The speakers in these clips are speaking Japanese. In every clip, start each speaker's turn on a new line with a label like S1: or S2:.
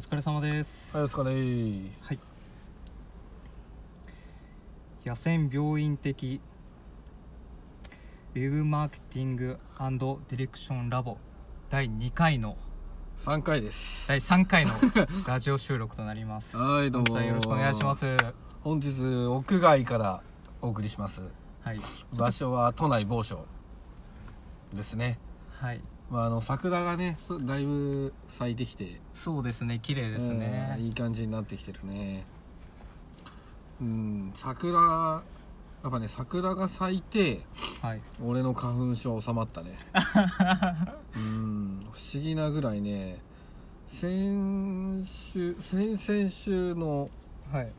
S1: 疲れ様です
S2: はい、お疲れ。
S1: はい野戦病院的ウェブマーケティングディレクションラボ第2回の
S2: 三回です。
S1: 第3回の ラジオ収録となります
S2: はい、どう
S1: 本
S2: も。
S1: 日はよろしくお願いします。
S2: 本日、屋外からお送りします。
S1: はい
S2: 場所は都内某所ですね。
S1: はい
S2: まあ、あの、桜がね、そだいぶ咲いてきて、
S1: そうですね綺麗です
S2: うん
S1: ね
S2: いい感じになってきてるね。うん、桜、やっぱね、桜が咲いて、
S1: はい
S2: 俺の花粉症収まったねうん不思議なぐらいね先週先々週の
S1: はい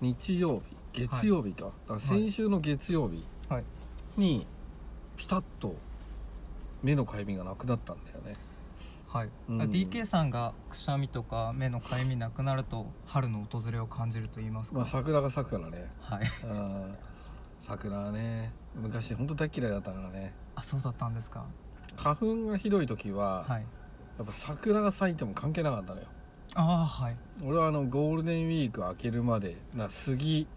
S2: 日曜日月曜日か,、だから先週の月曜日
S1: はい
S2: にピタッと目のかゆみがなくなったんだよね
S1: はい、
S2: うん
S1: DK さんがくしゃみとか目のかゆみなくなると春の訪れを感じると言いますか、
S2: まあ桜が咲くからね
S1: はい
S2: うん桜はね昔本当大嫌いだったからね
S1: あそうだったんですか
S2: 花粉がひどい時は、
S1: はい
S2: やっぱ桜が咲いても関係なかったのよ
S1: ああはい
S2: 俺はあのゴールデンウィーク明けるまでな杉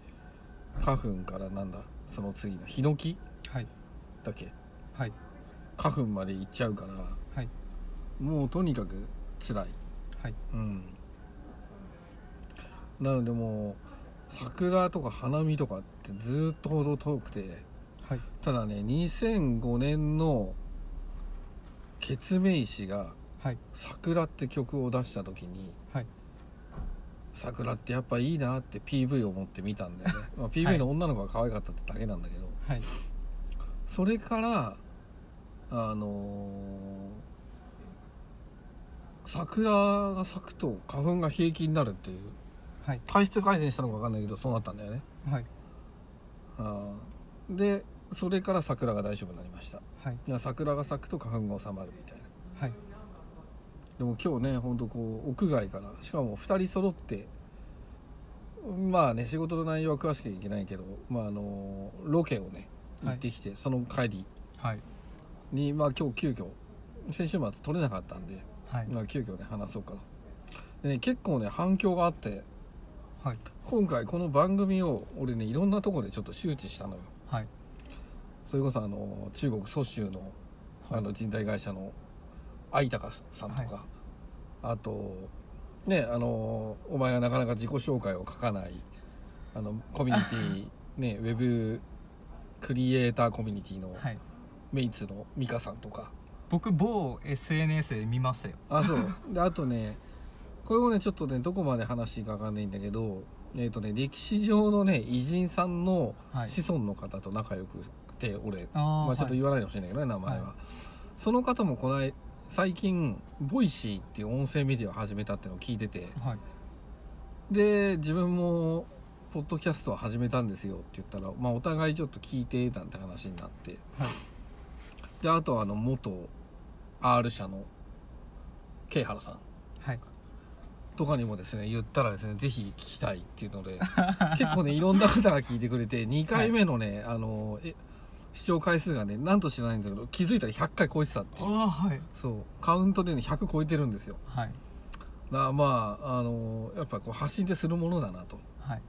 S2: 花粉からなんだその次のヒノキ
S1: はい
S2: だっけ
S1: はい
S2: 花粉まで行っちゃうから
S1: はい
S2: もうとにかく辛い
S1: はい
S2: うんなのでもう桜とか花見とかってずっとほど遠くて
S1: はい
S2: ただね2005年のケツメイシが
S1: はい
S2: 「桜」って曲を出した時に
S1: はい
S2: 桜ってやっぱいいなって PV を持って見たんだ よね、まあ、PV の女の子が可愛かったってだけなんだけど、
S1: はい
S2: それからあのー桜が咲くと花粉が平気になるっていう
S1: はい
S2: 体質改善したのか分かんないけどそうなったんだよね
S1: はい
S2: あーでそれから桜が大丈夫になりました
S1: はい
S2: いや桜が咲くと花粉が収まるみたいな
S1: はい
S2: でも今日ねほんとこう屋外からしかも2人揃ってまあね仕事の内容は詳しくはいけないけど、まあ、あのロケをね
S1: は
S2: 行
S1: い
S2: ってきて、その帰り
S1: はい
S2: に、まあ、今日急遽先週末取れなかったんで、
S1: はい
S2: まあ、急遽ね話そうかとでね結構ね反響があって
S1: はい
S2: 今回この番組を俺ねいろんなとこでちょっと周知したのよ
S1: はい
S2: それこそあの中国蘇州のあの人材会社の相高さんとか、
S1: は
S2: あとねあのお前はなかなか自己紹介を書かないあのコミュニ ティねウェブクリエイターコミュニティの
S1: はい
S2: メイツのミカさん とか、
S1: 僕某 SNS で見ましたよ
S2: あそうであとねこれもねちょっとねどこまで話していいかわかんないんだけどえっ、とね歴史上のね偉人さんの
S1: はい
S2: 子孫の方と仲良くて、俺
S1: あー
S2: まあ、ちょっ
S1: は
S2: と
S1: い
S2: 言わないでほしいんだけどね、名前は、
S1: は
S2: その方もこない最近ボイシーっていう音声メディアを始めたっていうのを聞いてて
S1: はい
S2: で自分もポッドキャストを始めたんですよって言ったら、まあ、お互いちょっと聞いてなんて話になって
S1: はい
S2: であとはあの元 R 社の慶原さん
S1: はい
S2: とかにもですね言ったらですねぜひ聞きたいっていう ので結構ねいろんな方が聞いてくれて2回目のね、あのえ視聴回数がねなんと知らないんだけど気づいたら100回超えてたって
S1: あ
S2: いう
S1: あはい
S2: そうカウントでね100超えてるんですよ
S1: はい
S2: だからまああのやっぱこう発信ってするものだなと
S1: はい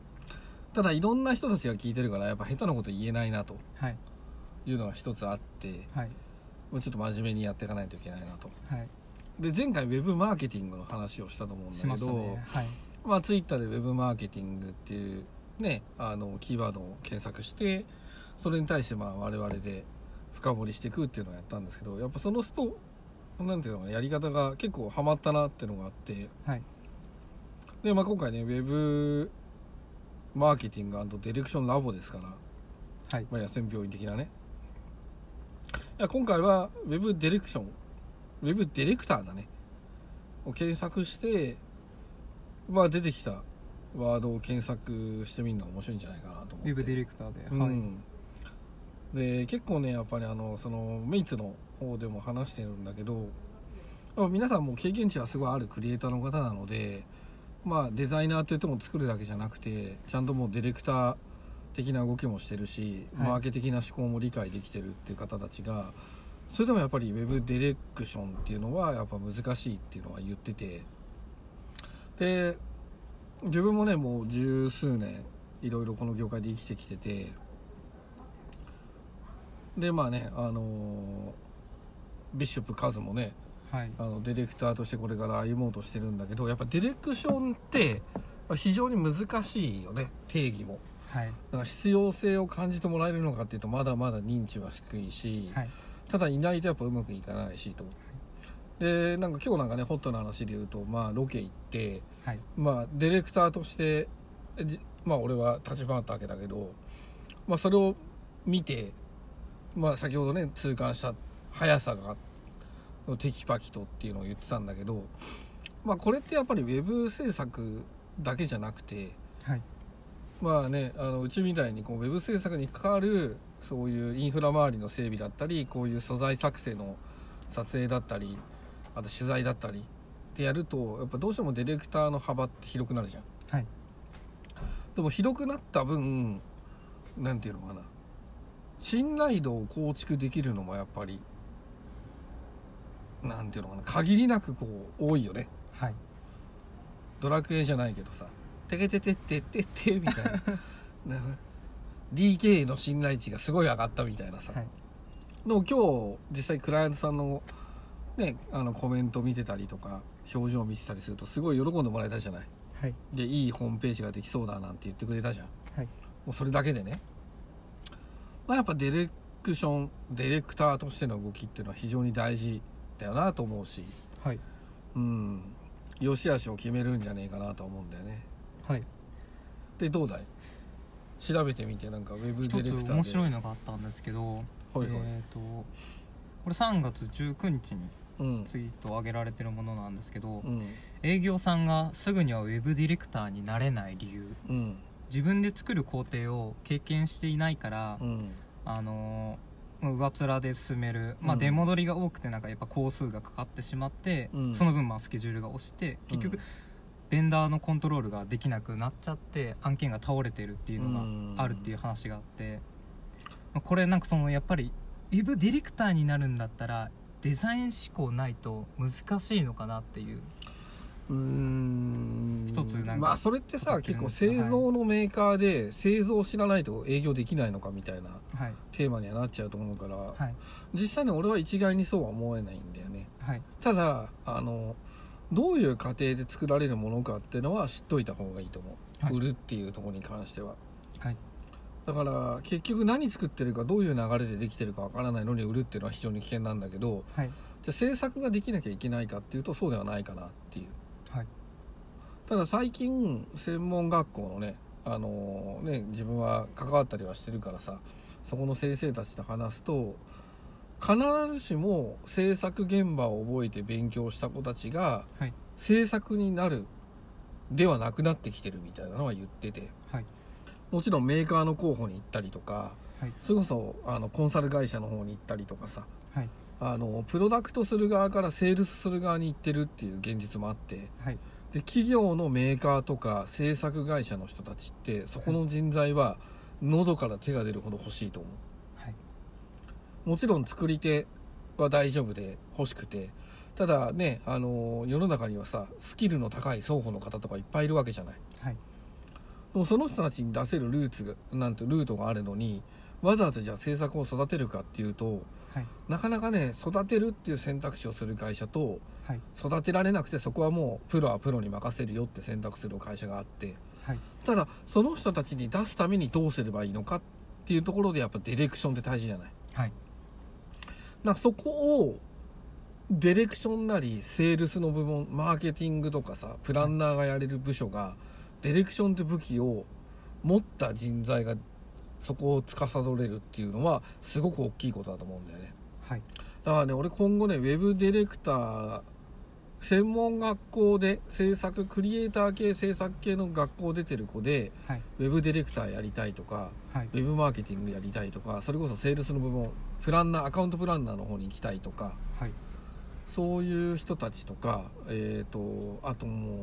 S2: ただいろんな人たちが聞いてるからやっぱ下手なこと言えないなと
S1: はい
S2: いうのが一つあって
S1: はい
S2: もうちょっと真面目にやっていかないといけないなと
S1: はい
S2: で前回ウェブマーケティングの話をしたと思うんだ
S1: し
S2: け
S1: まし
S2: ど
S1: たねはい
S2: まあ、ツイッターでウェブマーケティングっていうね、あの、キーワードを検索して、それに対してまあ我々で深掘りしていくっていうのをやったんですけど、やっぱそのスト、なんていうのかなやり方が結構ハマったなっていうのがあって、
S1: はい
S2: で、まあ今回ね、ウェブマーケティングディレクションラボですから、
S1: はい
S2: まあ野戦病院的なね。いや今回はウェブディレクション、ウェブディレクターだね。を検索して、まあ出てきたワードを検索してみるのが面白いんじゃないかなと思っ
S1: ウ
S2: て。
S1: ェブディレクターで
S2: う
S1: はい
S2: ん。で、結構ね、やっぱりあの、その、メイツの方でも話してるんだけど、やっぱ皆さんもう経験値はすごいあるクリエイターの方なので、まあデザイナーって言っても作るだけじゃなくて、ちゃんともうディレクター的な動きもしてるし、
S1: はい
S2: マーケ的な思考も理解できてるっていう方たちが、それでもやっぱりウェブディレクションっていうのはやっぱ難しいっていうのは言ってて、で自分もねもう十数年いろいろこの業界で生きてきててでまあねあのビショップカズもね
S1: はい
S2: あのディレクターとしてこれから歩もうとしてるんだけどやっぱディレクションって非常に難しいよね定義も
S1: はい
S2: だから必要性を感じてもらえるのかっていうとまだまだ認知は低いし、
S1: はい
S2: ただいないとやっぱうまくいかないしと。でなんか今日なんかねホットな話で言うと、まあ、ロケ行って、
S1: はい
S2: まあ、ディレクターとして、じまあ、俺は立ち回ったわけだけど、まあ、それを見て、まあ、先ほどね痛感した速さがのテキパキとっていうのを言ってたんだけど、まあ、これってやっぱりウェブ制作だけじゃなくて、
S1: はい
S2: まあね、あのうちみたいにこうウェブ制作に関わるそういうインフラ周りの整備だったりこういう素材作成の撮影だったりあと取材だったりでやるとやっぱどうしてもディレクターの幅って広くなるじゃん
S1: はい
S2: でも広くなった分なんていうのかな信頼度を構築できるのもやっぱりなんていうのかな限りなくこう多いよね
S1: はい
S2: ドラクエじゃないけどさ「てけててててて」みたいななんか DK の信頼値がすごい上がったみたいなさ、
S1: はい
S2: でも今日実際クライアントさんの,、ね、あのコメント見てたりとか表情見てたりするとすごい喜んでもらえたじゃない
S1: はい
S2: でいいホームページができそうだなんて言ってくれたじゃん
S1: はい
S2: もうそれだけでね、まあ、やっぱディレクションディレクターとしての動きっていうのは非常に大事だよなと思うし
S1: はい
S2: うん良し悪しを決めるんじゃねえかなと思うんだよね
S1: はい
S2: でどうだい調べてみてなんかウェブデ
S1: 一
S2: ィレ
S1: つ
S2: クターで
S1: 面白いのがあったんですけど
S2: はいはい、
S1: えっ、とこれ3月19日に
S2: うん
S1: ツイート上げられてるものなんですけど
S2: うん
S1: 営業さんがすぐにはウェブディレクターになれない理由
S2: うん
S1: 自分で作る工程を経験していないから、
S2: うん
S1: あのー上っ面で進める、まあ、
S2: うん
S1: 出戻りが多くてなんかやっぱ工数がかかってしまって、
S2: うん
S1: その分まあスケジュールが押して結局、ベンダーのコントロールができなくなっちゃって案件が倒れてるっていうのがあるっていう話があって、まあ、これなんかそのやっぱりウェブディレクターになるんだったらデザイン思考ないと難しいのかなっていう
S2: うん
S1: 一つなんか
S2: まあそれって
S1: わ
S2: さ
S1: かってる
S2: 結
S1: んで
S2: 構
S1: すか
S2: 製造のメーカーで製造を知らないと営業できないのかみたいな
S1: はい
S2: テーマにはなっちゃうと思うから、
S1: はい
S2: 実際に俺は一概にそうは思えないんだよね
S1: はい
S2: ただあのどういう過程で作られるものかっていうのは知っといた方がいいと思う、
S1: はい
S2: 売るっていうところに関しては
S1: はい
S2: だから結局何作ってるかどういう流れでできてるかわからないのに売るっていうのは非常に危険なんだけど
S1: はい
S2: じゃあ制作ができなきゃいけないかっていうとそうではないかなっていう
S1: はい
S2: ただ最近専門学校のねあのね自分は関わったりはしてるからさそこの先生たちと話すと必ずしも制作現場を覚えて勉強した子たちが
S1: はい
S2: 制作になるではなくなってきてるみたいなのは言ってて
S1: はい
S2: もちろんメーカーの候補に行ったりとか、
S1: はい
S2: それこそあのコンサル会社の方に行ったりとかさ
S1: はい
S2: あのプロダクトする側からセールスする側に行ってるっていう現実もあって
S1: はい
S2: で企業のメーカーとか制作会社の人たちってそこの人材は喉から手が出るほど欲しいと思
S1: はいう
S2: もちろん作り手は大丈夫で欲しくてただねあの世の中にはさスキルの高い双方の方とかいっぱいいるわけじゃない
S1: はい
S2: もうその人たちに出せるルーツがなんてルートがあるのにわざわざじゃあ制作を育てるかっていうと
S1: はい
S2: なかなかね育てるっていう選択肢をする会社と
S1: はい
S2: 育てられなくてそこはもうプロはプロに任せるよって選択する会社があって
S1: はい
S2: ただその人たちに出すためにどうすればいいのかっていうところでやっぱディレクションって大事じゃない
S1: はい
S2: なんかそこをディレクションなりセールスの部門マーケティングとかさプランナーがやれる部署がディレクションって武器を持った人材がそこを司れるっていうのはすごく大きいことだと思うんだよね
S1: はい
S2: だからね俺今後ねウェブディレクター専門学校で制作クリエイター系制作系の学校出てる子で
S1: はい
S2: ウェブディレクターやりたいとか
S1: はい
S2: ウェブマーケティングやりたいとかそれこそセールスの部門プランナーアカウントプランナーの方に行きたいとか
S1: はい
S2: そういう人たちとか、えー、とあとも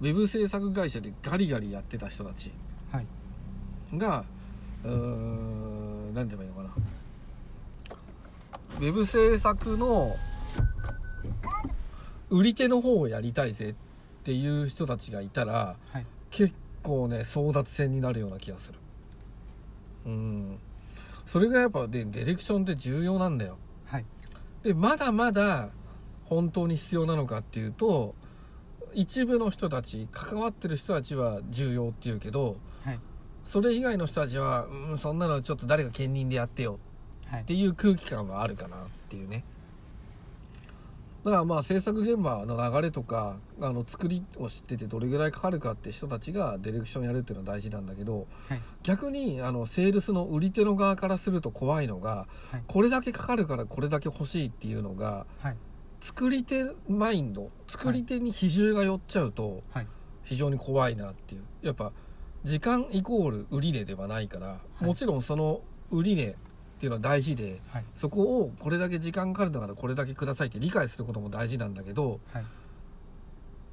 S2: うウェブ制作会社でガリガリやってた人たち
S1: はい
S2: がうーん何て言えばいいのかなウェブ制作の売り手の方をやりたいぜっっていう人たちがいたら
S1: はい
S2: 結構ね争奪戦になるような気がするうんそれがやっぱねディレクションって重要なんだよ
S1: はい
S2: でまだまだ本当に必要なのかっていうと一部の人たち関わってる人たちは重要っていうけど
S1: はい
S2: それ以外の人たちは、うん、そんなのちょっと誰か兼任でやってよ
S1: はい
S2: っていう空気感はあるかなっていうねだからまあ制作現場の流れとかあの作りを知っててどれぐらいかかるかって人たちがディレクションやるっていうのは大事なんだけど、
S1: はい
S2: 逆にあのセールスの売り手の側からすると怖いのが、
S1: はい
S2: これだけかかるからこれだけ欲しいっていうのが
S1: はい
S2: 作り手マインド作り手に比重が寄っちゃうと
S1: はい
S2: 非常に怖いなっていうやっぱ時間イコール売り値ではないから、
S1: い
S2: もちろんその売り値っていうのは大事で
S1: はい
S2: そこをこれだけ時間かかるんだからこれだけくださいって理解することも大事なんだけど
S1: はい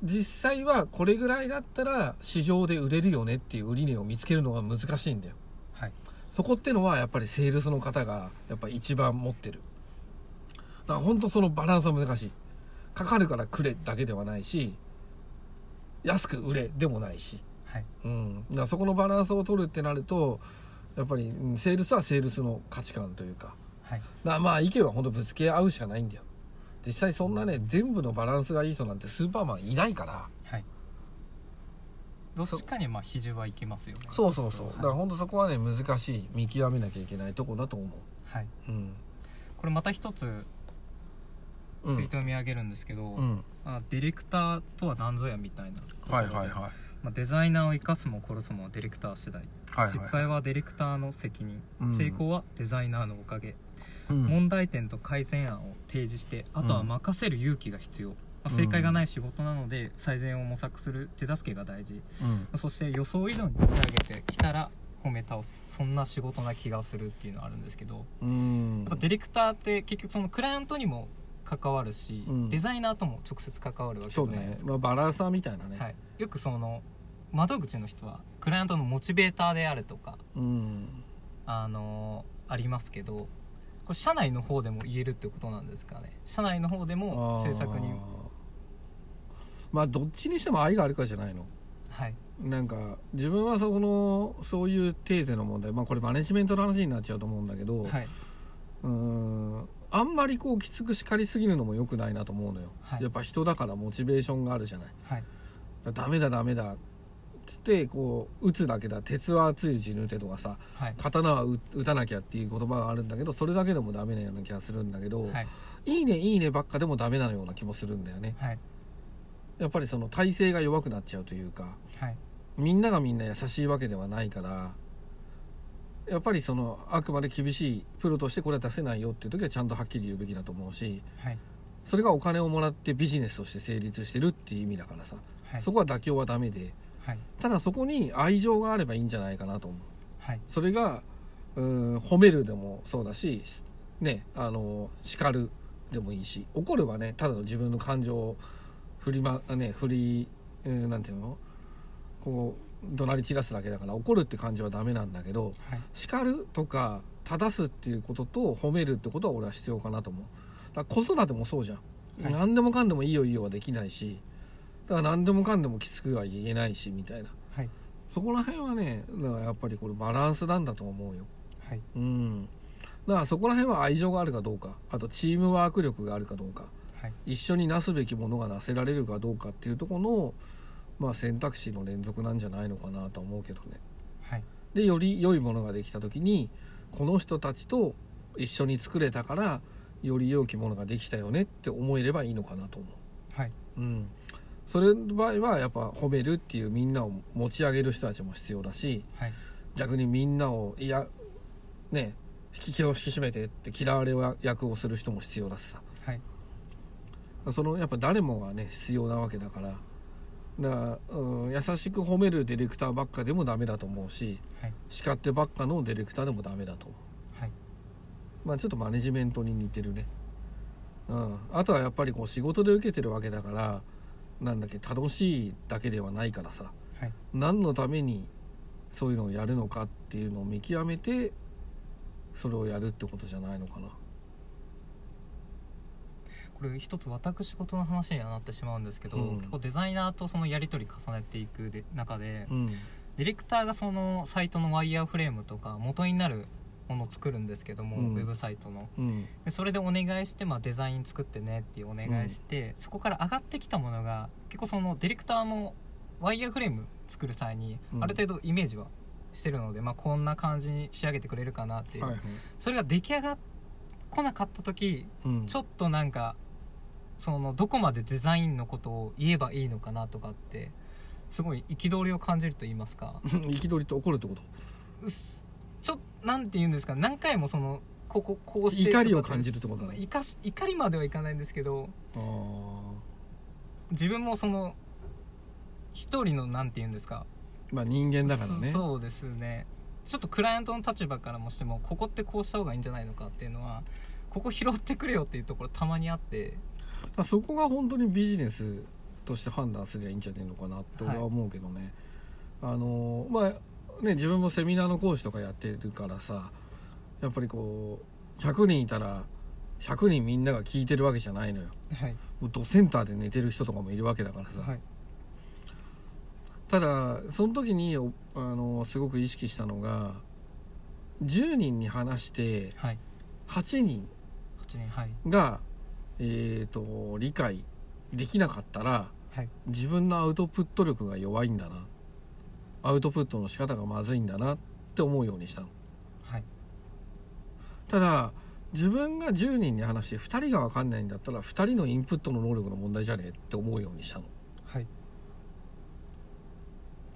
S2: 実際はこれぐらいだったら市場で売れるよねっていう売り値を見つけるのが難しいんだよ
S1: はい
S2: そこってのはやっぱりセールスの方がやっぱ一番持ってるだから本当そのバランスは難しいかかるからくれだけではないし安く売れでもないし
S1: はい
S2: うん、だからそこのバランスを取るってなるとやっぱりうんセールスはセールスの価値観というか
S1: はい
S2: だからまあ意見は本当ぶつけ合うしかないんだよ実際そんなね全部のバランスがいい人なんてスーパーマンいないから
S1: はいどっちかにまあ比重はいきますよね
S2: そうそうそう
S1: はい
S2: だから本当そこはね難しい見極めなきゃいけないとこだと思
S1: はい、
S2: ううん
S1: これまた一つ
S2: う
S1: ツイー
S2: ん
S1: トを見上げるんですけど、
S2: うん
S1: あディレクターとは何ぞやみたいな
S2: はいはいはいは
S1: まあ、デザイナーを生かすも殺すもディレクター次第、
S2: い
S1: 失
S2: はい
S1: 敗はディレクターの責任、
S2: うん
S1: 成功はデザイナーのおかげ、
S2: うん
S1: 問題点と改善案を提示してあとは任せる勇気が必要、まあ正解がない仕事なので最善を模索する手助けが大事、
S2: うん
S1: そして予想以上に引き上げてきたら褒め倒すそんな仕事な気がするっていうのはあるんですけど
S2: うん
S1: やっぱディレクターって結局そのクライアントにも関わるし、
S2: うん
S1: デザイナーとも直接関わるわけじ
S2: そ
S1: ゃ
S2: う
S1: ないで
S2: ね
S1: すか、
S2: まあバランサーみたいなね
S1: はい、よくその窓口の人はクライアントのモチベーターであるとか、
S2: うん
S1: あのーありますけどこれ社内の方でも言えるってことなんですかね社内の方でも制作に
S2: あーまあどっちにしても愛があるかじゃないの
S1: はい
S2: なんか自分はそこのそういうテーゼの問題、まあ、これマネジメントの話になっちゃうと思うんだけど、
S1: はい、
S2: うーんあんまりこうきつく叱りすぎるのも良くないなと思うのよ、
S1: はい
S2: やっぱ人だからモチベーションがあるじゃない
S1: はい、
S2: ダメだダメだっつってこう打つだけだ鉄は熱いうちに打てとかさ
S1: はい
S2: 刀は打打たなきゃっていう言葉があるんだけどそれだけでもダメなような気がするんだけど、
S1: はい
S2: い、いねいいねばっかでもダメなような気もするんだよね
S1: はい
S2: やっぱりその体勢が弱くなっちゃうというか、
S1: はい
S2: みんながみんな優しいわけではないからやっぱりそのあくまで厳しいプロとしてこれは出せないよっていう時はちゃんとはっきり言うべきだと思うし
S1: はい
S2: それがお金をもらってビジネスとして成立してるっていう意味だからさ、
S1: はい
S2: そこは妥協はダメで
S1: はい
S2: ただそこに愛情があればいいんじゃないかなと思う
S1: はい
S2: それがうーん褒めるでもそうだしねあの叱るでもいいし怒るはねただの自分の感情を振りまね振りうーんなんていうのこう怒鳴り散らすだけだから怒るって感情はダメなんだけど
S1: はい
S2: 叱るとか正すっていうことと褒めるってことは俺は必要かなと思うだから子育てもそうじゃん、
S1: はい
S2: 何でもかんでもいいよいいよはできないしだから何でもかんでもきつくは言えないしみたいな
S1: はい
S2: そこら辺はねだからやっぱりこれバランスなんだと思うよ
S1: はい
S2: うんだからそこら辺は愛情があるかどうかあとチームワーク力があるかどうか
S1: はい
S2: 一緒になすべきものがなせられるかどうかっていうところの、まあ、選択肢の連続なんじゃないのかなと思うけどね
S1: はい
S2: でより良いものができた時にこの人たちと一緒に作れたからより良きものができたよねって思えればいいのかなと思う
S1: はい
S2: うん、それの場合はやっぱ褒めるっていうみんなを持ち上げる人たちも必要だし
S1: はい
S2: 逆にみんなをいやね引き気を引き締めてって嫌われ役をする人も必要だしさ
S1: はい
S2: そのやっぱ誰もがね必要なわけだからだから、うん、優しく褒めるディレクターばっかでもダメだと思うし
S1: はい
S2: 叱ってばっかのディレクターでもダメだと思う。
S1: はい
S2: まあ、ちょっとマネジメントに似てるね、うん、あとはやっぱりこう仕事で受けてるわけだからなんだっけ楽しいだけではないからさ
S1: はい
S2: 何のためにそういうのをやるのかっていうのを見極めてそれをやるってことじゃないのかな
S1: これ一つ私事の話にはなってしまうんですけど、
S2: うん
S1: 結構デザイナーとそのやり取り重ねていくで中で、
S2: うん
S1: ディレクターがそのサイトのワイヤーフレームとか元になるものを作るんですけども、
S2: うん
S1: ウェブサイトの
S2: うん
S1: でそれでお願いして、まあ、デザイン作ってねっていうお願いして、そこから上がってきたものが結構そのディレクターもワイヤーフレーム作る際に
S2: うん
S1: ある程度イメージはしてるので、まあ、こんな感じに仕上げてくれるかなっていう、
S2: はいはい
S1: それが出来上がっこなかった時
S2: うん
S1: ちょっとなんかそのどこまでデザインのことを言えばいいのかなとかってすごい憤りを感じると言いますか
S2: 憤りって怒るってこと
S1: うっすちょなんて言うんですか何回もそのこここうして
S2: 怒りを感じるってことだね
S1: いかし怒りまではいかないんですけど
S2: あ
S1: 自分もその一人のなんて言うんですか
S2: ーまあ人間だからね
S1: そそうですねちょっとクライアントの立場からもしてもここってこうした方がいいんじゃないのかっていうのはここ拾ってくれよっていうところたまにあって
S2: だからそこが本当にビジネスとして判断すりゃいいんじゃねえのかなって俺は思うけどね、あのまあね自分もセミナーの講師とかやってるからさやっぱりこう100人いたら100人みんなが聞いてるわけじゃないのよ
S1: はい
S2: もうドセンターで寝てる人とかもいるわけだからさ、
S1: はい
S2: ただその時におあのすごく意識したのが10人に話して
S1: はい
S2: 8人
S1: 8人はい
S2: が、えー、と理解できなかったら
S1: はい
S2: 自分のアウトプット力が弱いんだなアウトプットの仕方がまずいんだなって思うようにしたの
S1: はい
S2: ただ自分が10人に話して2人が分かんないんだったら2人のインプットの能力の問題じゃねえって思うようにしたの
S1: はい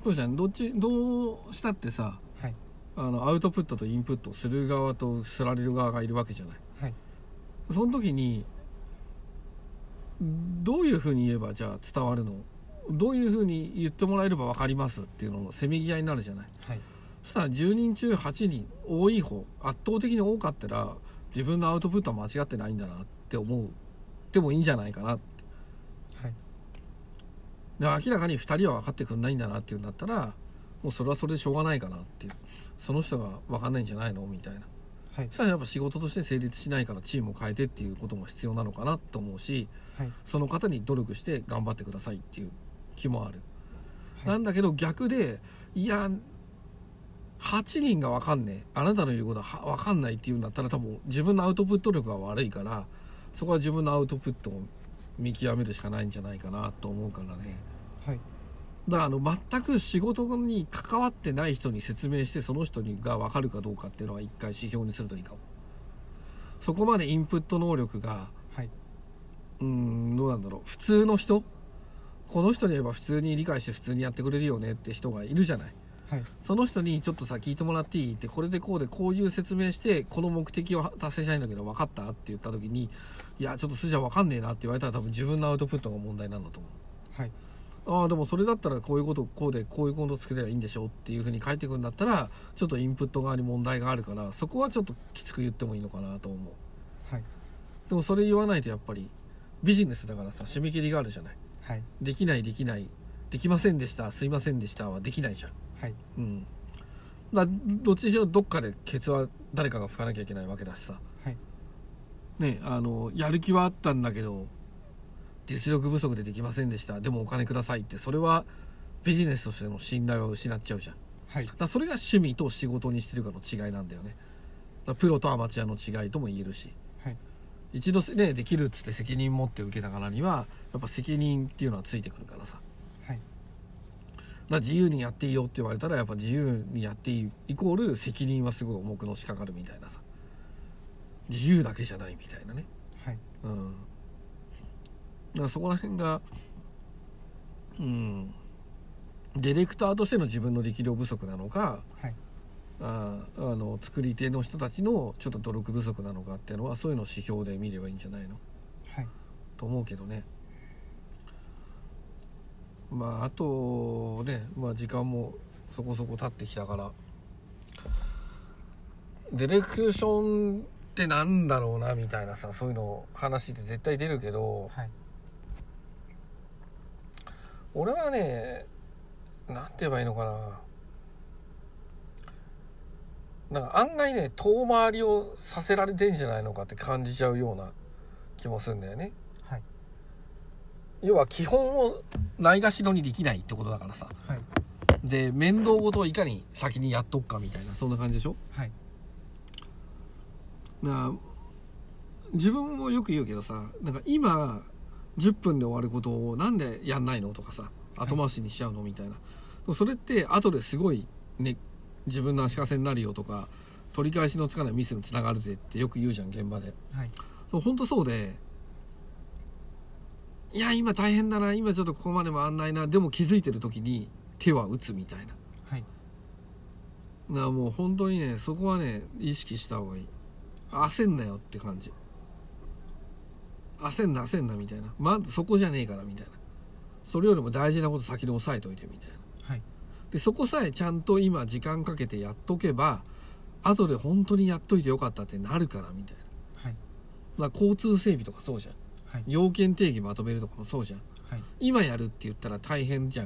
S2: そうじゃんどっちどうしたってさ
S1: はい
S2: あのアウトプットとインプットする側とすられる側がいるわけじゃない
S1: はい
S2: その時にどういうふうに言えばじゃあ伝わるのどういうふうに言ってもらえれば分かりますっていうののせめぎ合いになるじゃない
S1: はい
S2: そしたら10人中8人多い方圧倒的に多かったら自分のアウトプットは間違ってないんだなって思うでもいいんじゃないかな
S1: はい
S2: で明らかに2人は分かってくんないんだなっていうんだったらもうそれはそれでしょうがないかなっていうその人が分かんないんじゃないのみたいな
S1: はい
S2: そしたらやっぱ仕事として成立しないからチームを変えてっていうことも必要なのかなと思うし
S1: はい
S2: その方に努力して頑張ってくださいっていう気もある、
S1: はい
S2: なんだけど逆でいや8人が分かんねえあなたの言うことは分かんないっていうんだったら多分自分のアウトプット力が悪いからそこは自分のアウトプットを見極めるしかないんじゃないかなと思うからね
S1: はい
S2: だからあの全く仕事に関わってない人に説明してその人にが分かるかどうかっていうのは一回指標にするといいかもそこまでインプット能力が
S1: はい
S2: うーんどうなんだろう普通の人この人に言えば普通に理解して普通にやってくれるよねって人がいるじゃない
S1: はい
S2: その人にちょっとさ聞いてもらっていいってこれでこうでこういう説明してこの目的を達成したいんだけど分かったって言った時にいやちょっと筋は分かんねえなって言われたら多分自分のアウトプットが問題なんだと思う
S1: はい
S2: ああでもそれだったらこういうことこうでこういうこと作ればいいんでしょっていうふうに書いてくんだったらちょっとインプット側に問題があるからそこはちょっときつく言ってもいいのかなと思う
S1: はい
S2: でもそれ言わないとやっぱりビジネスだからさ締め切りがあるじゃない
S1: はい
S2: できないできないできませんでしたすいませんでしたはできないじゃん
S1: はい
S2: うんだどっちにしろどっかでケツは誰かが拭かなきゃいけないわけだしさ
S1: はい
S2: ねあのやる気はあったんだけど実力不足でできませんでしたでもお金くださいってそれはビジネスとしての信頼を失っちゃうじゃんだ
S1: はい
S2: からそれが趣味と仕事にしてるかの違いなんだよねだからプロとアマチュアの違いとも言えるし
S1: はい
S2: 一度ねできるっつって責任持って受けたからにはやっぱ責任っていうのはついてくるからさ
S1: はい
S2: だから自由にやっていいよって言われたらやっぱ自由にやっていいイコール責任はすごい重くのしかかるみたいなさ自由だけじゃないみたいなね
S1: はい
S2: うんだからそこら辺がうんディレクターとしての自分の力量不足なのか
S1: はい
S2: ああの作り手の人たちのちょっと努力不足なのかっていうのはそういうのを指標で見ればいいんじゃないの
S1: はい
S2: と思うけどねまああとね、まあ、時間もそこそこ経ってきたからディレクションってなんだろうなみたいなさそういうの話って絶対出るけど
S1: はい
S2: 俺はねなんて言えばいいのかななんか案外ね遠回りをさせられてんじゃないのかって感じちゃうような気もするんだよね要は基本をないがしろにできないってことだからさ
S1: はい
S2: で面倒事をいかに先にやっとくかみたいなそんな感じでしょ
S1: はい
S2: な自分もよく言うけどさなんか今10分で終わることをなんでやんないのとかさ後回しにしちゃうのみたいな、それって後ですごい、ね、自分の足かせになるよとか取り返しのつかないミスにつながるぜってよく言うじゃん現場で
S1: はい
S2: 本当そうでいや今大変だな今ちょっとここまで回んないなでも気づいてる時に手は打つみたいな
S1: はい
S2: なあもう本当にねそこはね意識した方がいい焦んなよって感じ焦んな焦んなみたいなまずそこじゃねえからみたいなそれよりも大事なこと先に押さえといてみたいな
S1: はい
S2: でそこさえちゃんと今時間かけてやっとけば後で本当にやっといてよかったってなるからみたいな
S1: はい
S2: まあ交通整備とかそうじゃん
S1: はい
S2: 要件定義まとめるとかもそうじゃん
S1: はい
S2: 今やるって言ったら大変じゃん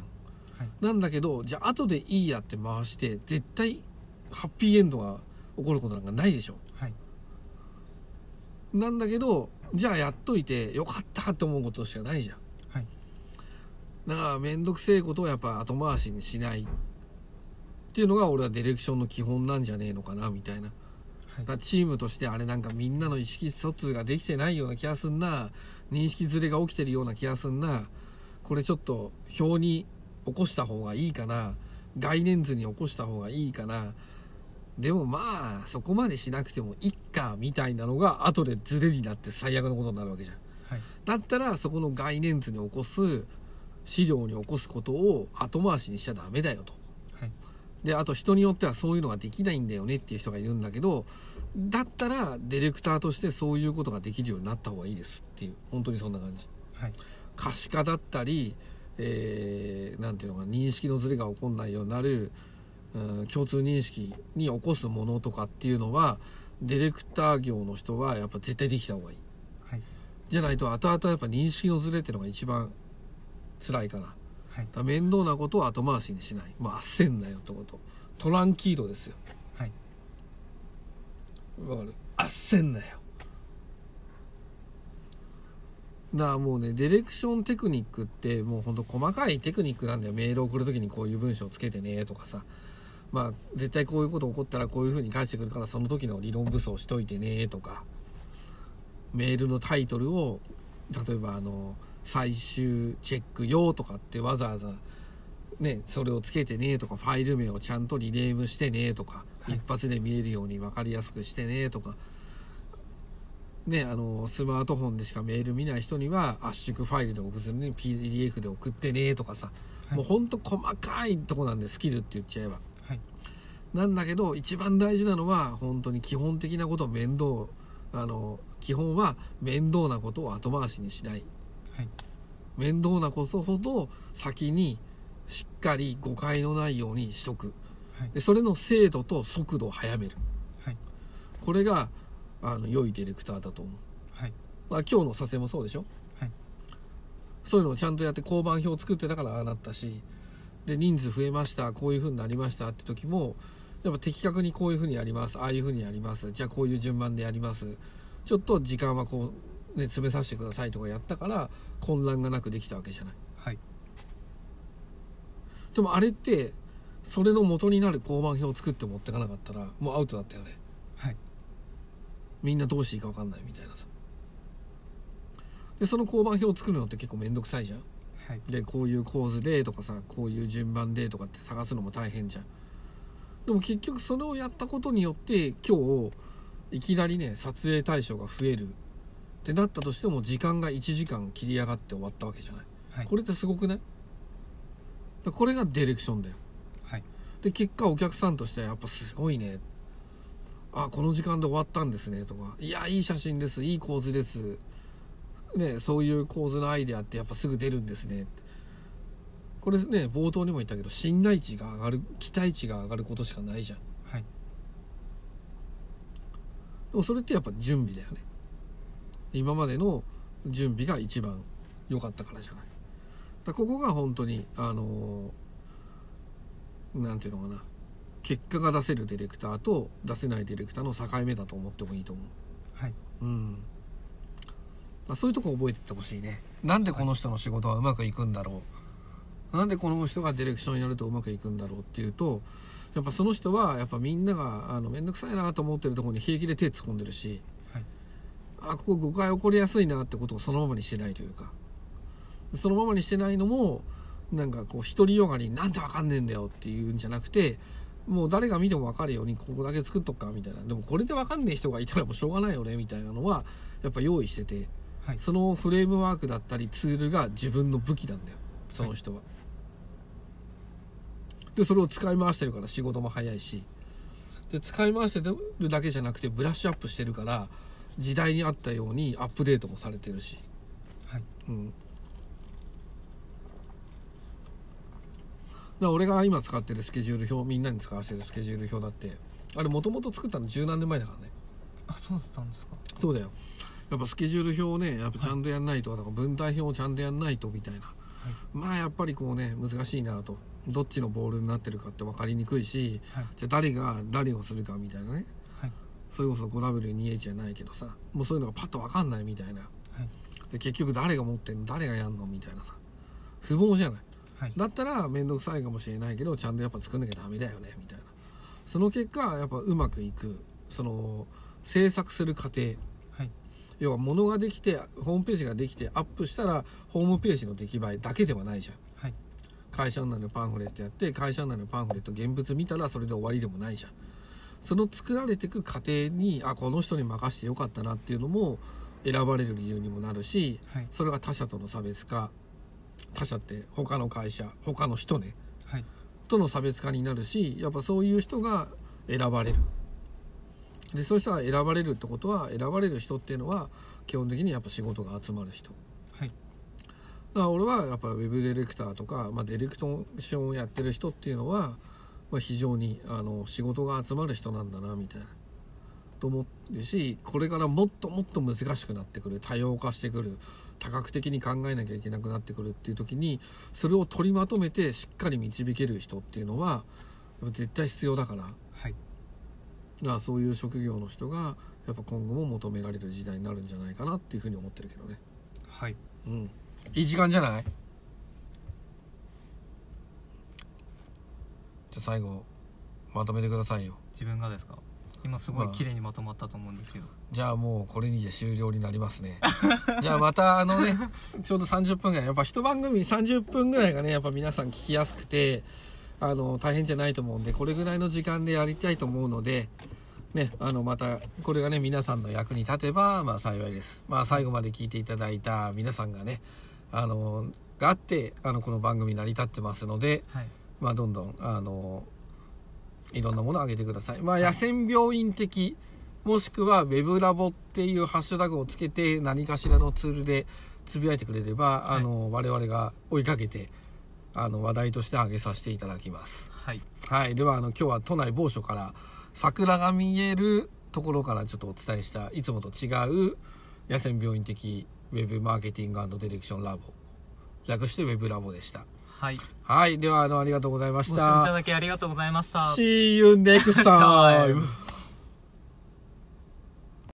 S1: はい
S2: なんだけどじゃあ後でいいやって回して絶対ハッピーエンドが起こることなんかないでしょ
S1: はい
S2: なんだけどじゃあやっといてよかったって思うことしかないじゃん
S1: はい
S2: だから面倒くせえことをやっぱ後回しにしないっていうのが俺はディレクションの基本なんじゃねえのかなみたいなだからチームとしてあれなんかみんなの意識疎通ができてないような気がすんな認識ずれが起きてるような気がすんなこれちょっと表に起こした方がいいかな概念図に起こした方がいいかなでもまあそこまでしなくてもいっかみたいなのが後でズレになって最悪のことになるわけじゃん
S1: はい
S2: だったらそこの概念図に起こす資料に起こすことを後回しにしちゃダメだよと
S1: はい
S2: であと人によってはそういうのができないんだよねっていう人がいるんだけどだったらディレクターとしてそういうことができるようになった方がいいですっていう本当にそんな感じ
S1: はい
S2: 可視化だったりえーなんていうのかな認識のズレが起こんないようになる、うん、共通認識に起こすものとかっていうのはディレクター業の人はやっぱ絶対できた方がいい
S1: はい
S2: じゃないと後々やっぱ認識のズレっていうのが一番辛いかな
S1: はい
S2: だから面倒なことを後回しにしないまあ焦んなよってことトランキードですよ
S1: はい
S2: わかる焦んなよだからもうねディレクションテクニックってもうほんと細かいテクニックなんだよメール送る時にこういう文章つけてねとかさまあ絶対こういうこと起こったらこういう風に返してくるからその時の理論武装しといてねとかメールのタイトルを例えばあの最終チェック用とかってわざわざね、それをつけてねとかファイル名をちゃんとリネームしてねとか、
S1: はい
S2: 一発で見えるように分かりやすくしてねとか、ね、あのスマートフォンでしかメール見ない人には圧縮ファイルで送るのに PDF で送ってねとかさ、
S1: はい
S2: もうほんと細かいとこなんでスキルって言っちゃえば
S1: はい
S2: なんだけど一番大事なのは本当に基本的なことを面倒あの基本は面倒なことを後回しにしない
S1: はい
S2: 面倒なことほど先にしっかり誤解のないようにしとく
S1: はい
S2: でそれの精度と速度を早める
S1: はい
S2: これがあの良いディレクターだと思う、
S1: はい
S2: まあ、今日の撮影もそうでしょ、
S1: はい
S2: そういうのをちゃんとやって交番表を作ってだからああなったしで人数増えましたこういうふうになりましたって時もやっぱ的確にこういうふうにやりますああいうふうにやりますじゃあこういう順番でやりますちょっと時間はこう、ね、詰めさせてくださいとかやったから混乱がなくできたわけじゃない
S1: はい
S2: でもあれってそれの元になる交番表を作って持ってかなかったらもうアウトだったよね
S1: はい
S2: みんなどうしていいか分かんないみたいなさでその交番表を作るのって結構面倒くさいじゃん
S1: はい
S2: でこういう構図でとかさこういう順番でとかって探すのも大変じゃんでも結局それをやったことによって今日いきなりね撮影対象が増えるってなったとしても時間が1時間切り上がって終わったわけじゃない
S1: はい
S2: これってすごくないでこれがディレクションだよ
S1: はい
S2: で結果お客さんとしてはやっぱすごいねあこの時間で終わったんですねとかいやいい写真ですいい構図ですねそういう構図のアイデアってやっぱすぐ出るんですねこれね冒頭にも言ったけど信頼値が上がる期待値が上がることしかないじゃんで
S1: はい
S2: もそれってやっぱ準備だよね今までの準備が一番良かったからじゃないだからここが本当にあのーなんていうのかな結果が出せるディレクターと出せないディレクターの境目だと思ってもいいと思う
S1: はい
S2: うんあそういうとこ覚えてってほしいねなんでこの人の仕事はうまくいくんだろうなんでこの人がディレクションやるとうまくいくんだろうっていうとやっぱその人はやっぱみんながあの面倒くさいなと思ってるところに平気で手突っ込んでるし、
S1: はい
S2: あここ誤解起こりやすいなってことをそのままにしてないというかそのままにしてないのもなんかこう独りよがりになんてわかんねえんだよっていうんじゃなくてもう誰が見てもわかるようにここだけ作っとくかみたいなでもこれでわかんねえ人がいたらもうしょうがないよねみたいなのはやっぱ用意してて
S1: はい
S2: そのフレームワークだったりツールが自分の武器なんだよその人は。でそれを使い回してるから仕事も早いしで使い回してるだけじゃなくてブラッシュアップしてるから時代に合ったようにアップデートもされてるし、
S1: はい
S2: うん、だから俺が今使ってるスケジュール表みんなに使わせてるスケジュール表だってあれもともと作ったの十何年前だからね
S1: あそうだったんですか
S2: そうだよやっぱスケジュール表をねやっぱちゃんとやんないと、なんか分担表をちゃんとやんないとみたいな、まあやっぱりこうね難しいなとどっちのボールになってるかって分かりにくいし、
S1: はい
S2: じゃあ誰が誰をするかみたいなね
S1: はい
S2: それこそ 5W2H じゃないけどさもうそういうのがパッと分かんないみたいな、
S1: い
S2: で結局誰が持ってんの誰がやんのみたいなさ不毛じゃない
S1: はい
S2: だったら面倒くさいかもしれないけどちゃんとやっぱ作んなきゃダメだよねみたいなその結果やっぱうまくいくその制作する過程
S1: はい
S2: 要は物ができてホームページができてアップしたらホームページの出来栄えだけではないじゃん
S1: はい
S2: 会社内のパンフレットやって会社内のパンフレット現物見たらそれで終わりでもないじゃんその作られていく過程にあこの人に任せてよかったなっていうのも選ばれる理由にもなるし
S1: はい
S2: それが他社との差別化他社って他の会社他の人ね
S1: はい
S2: との差別化になるしやっぱそういう人が選ばれるでそうしたら選ばれるってことは選ばれる人っていうのは基本的にやっぱ仕事が集まる人だ
S1: はい
S2: から俺はやっぱウェブディレクターとか、まあ、ディレクションをやってる人っていうのは、まあ、非常にあの仕事が集まる人なんだなみたいなと思うしこれからもっともっと難しくなってくる多様化してくる多角的に考えなきゃいけなくなってくるっていう時にそれを取りまとめてしっかり導ける人っていうのはやっぱ絶対必要だからだか
S1: はい
S2: らそういう職業の人がやっぱ今後も求められる時代になるんじゃないかなっていうふうに思ってるけどね。
S1: はい
S2: うん、いい時間じゃないじゃあ最後まとめてくださいよ
S1: 自分がですか今すごい綺麗にまとまったと思うんですけど
S2: じゃあもうこれにて終了になりますね じゃあまたあのねちょうど30分ぐらいやっぱ一番組30分ぐらいがねやっぱ皆さん聞きやすくてあの大変じゃないと思うんでこれぐらいの時間でやりたいと思うのでねあのまたこれがね皆さんの役に立てばまあ幸いですまあ最後まで聞いていただいた皆さんがねあのがあってあのこの番組成り立ってますので
S1: はい
S2: まあ、どんどんあのいろんなものを上げてください、まあ、野戦病院的もしくはウェブラボっていうハッシュタグをつけて何かしらのツールでつぶやいてくれればあの、我々が追いかけてあの話題として上げさせていただきます、
S1: はい
S2: はい、ではあの今日は都内某所から桜が見えるところからちょっとお伝えしたいつもと違う野戦病院的ウェブマーケティングディレクションラボ略してウェブラボでした
S1: はい
S2: はいではあのありがとうございまし
S1: ご視
S2: た
S1: 聴いただきありがとうございました
S2: See you next time.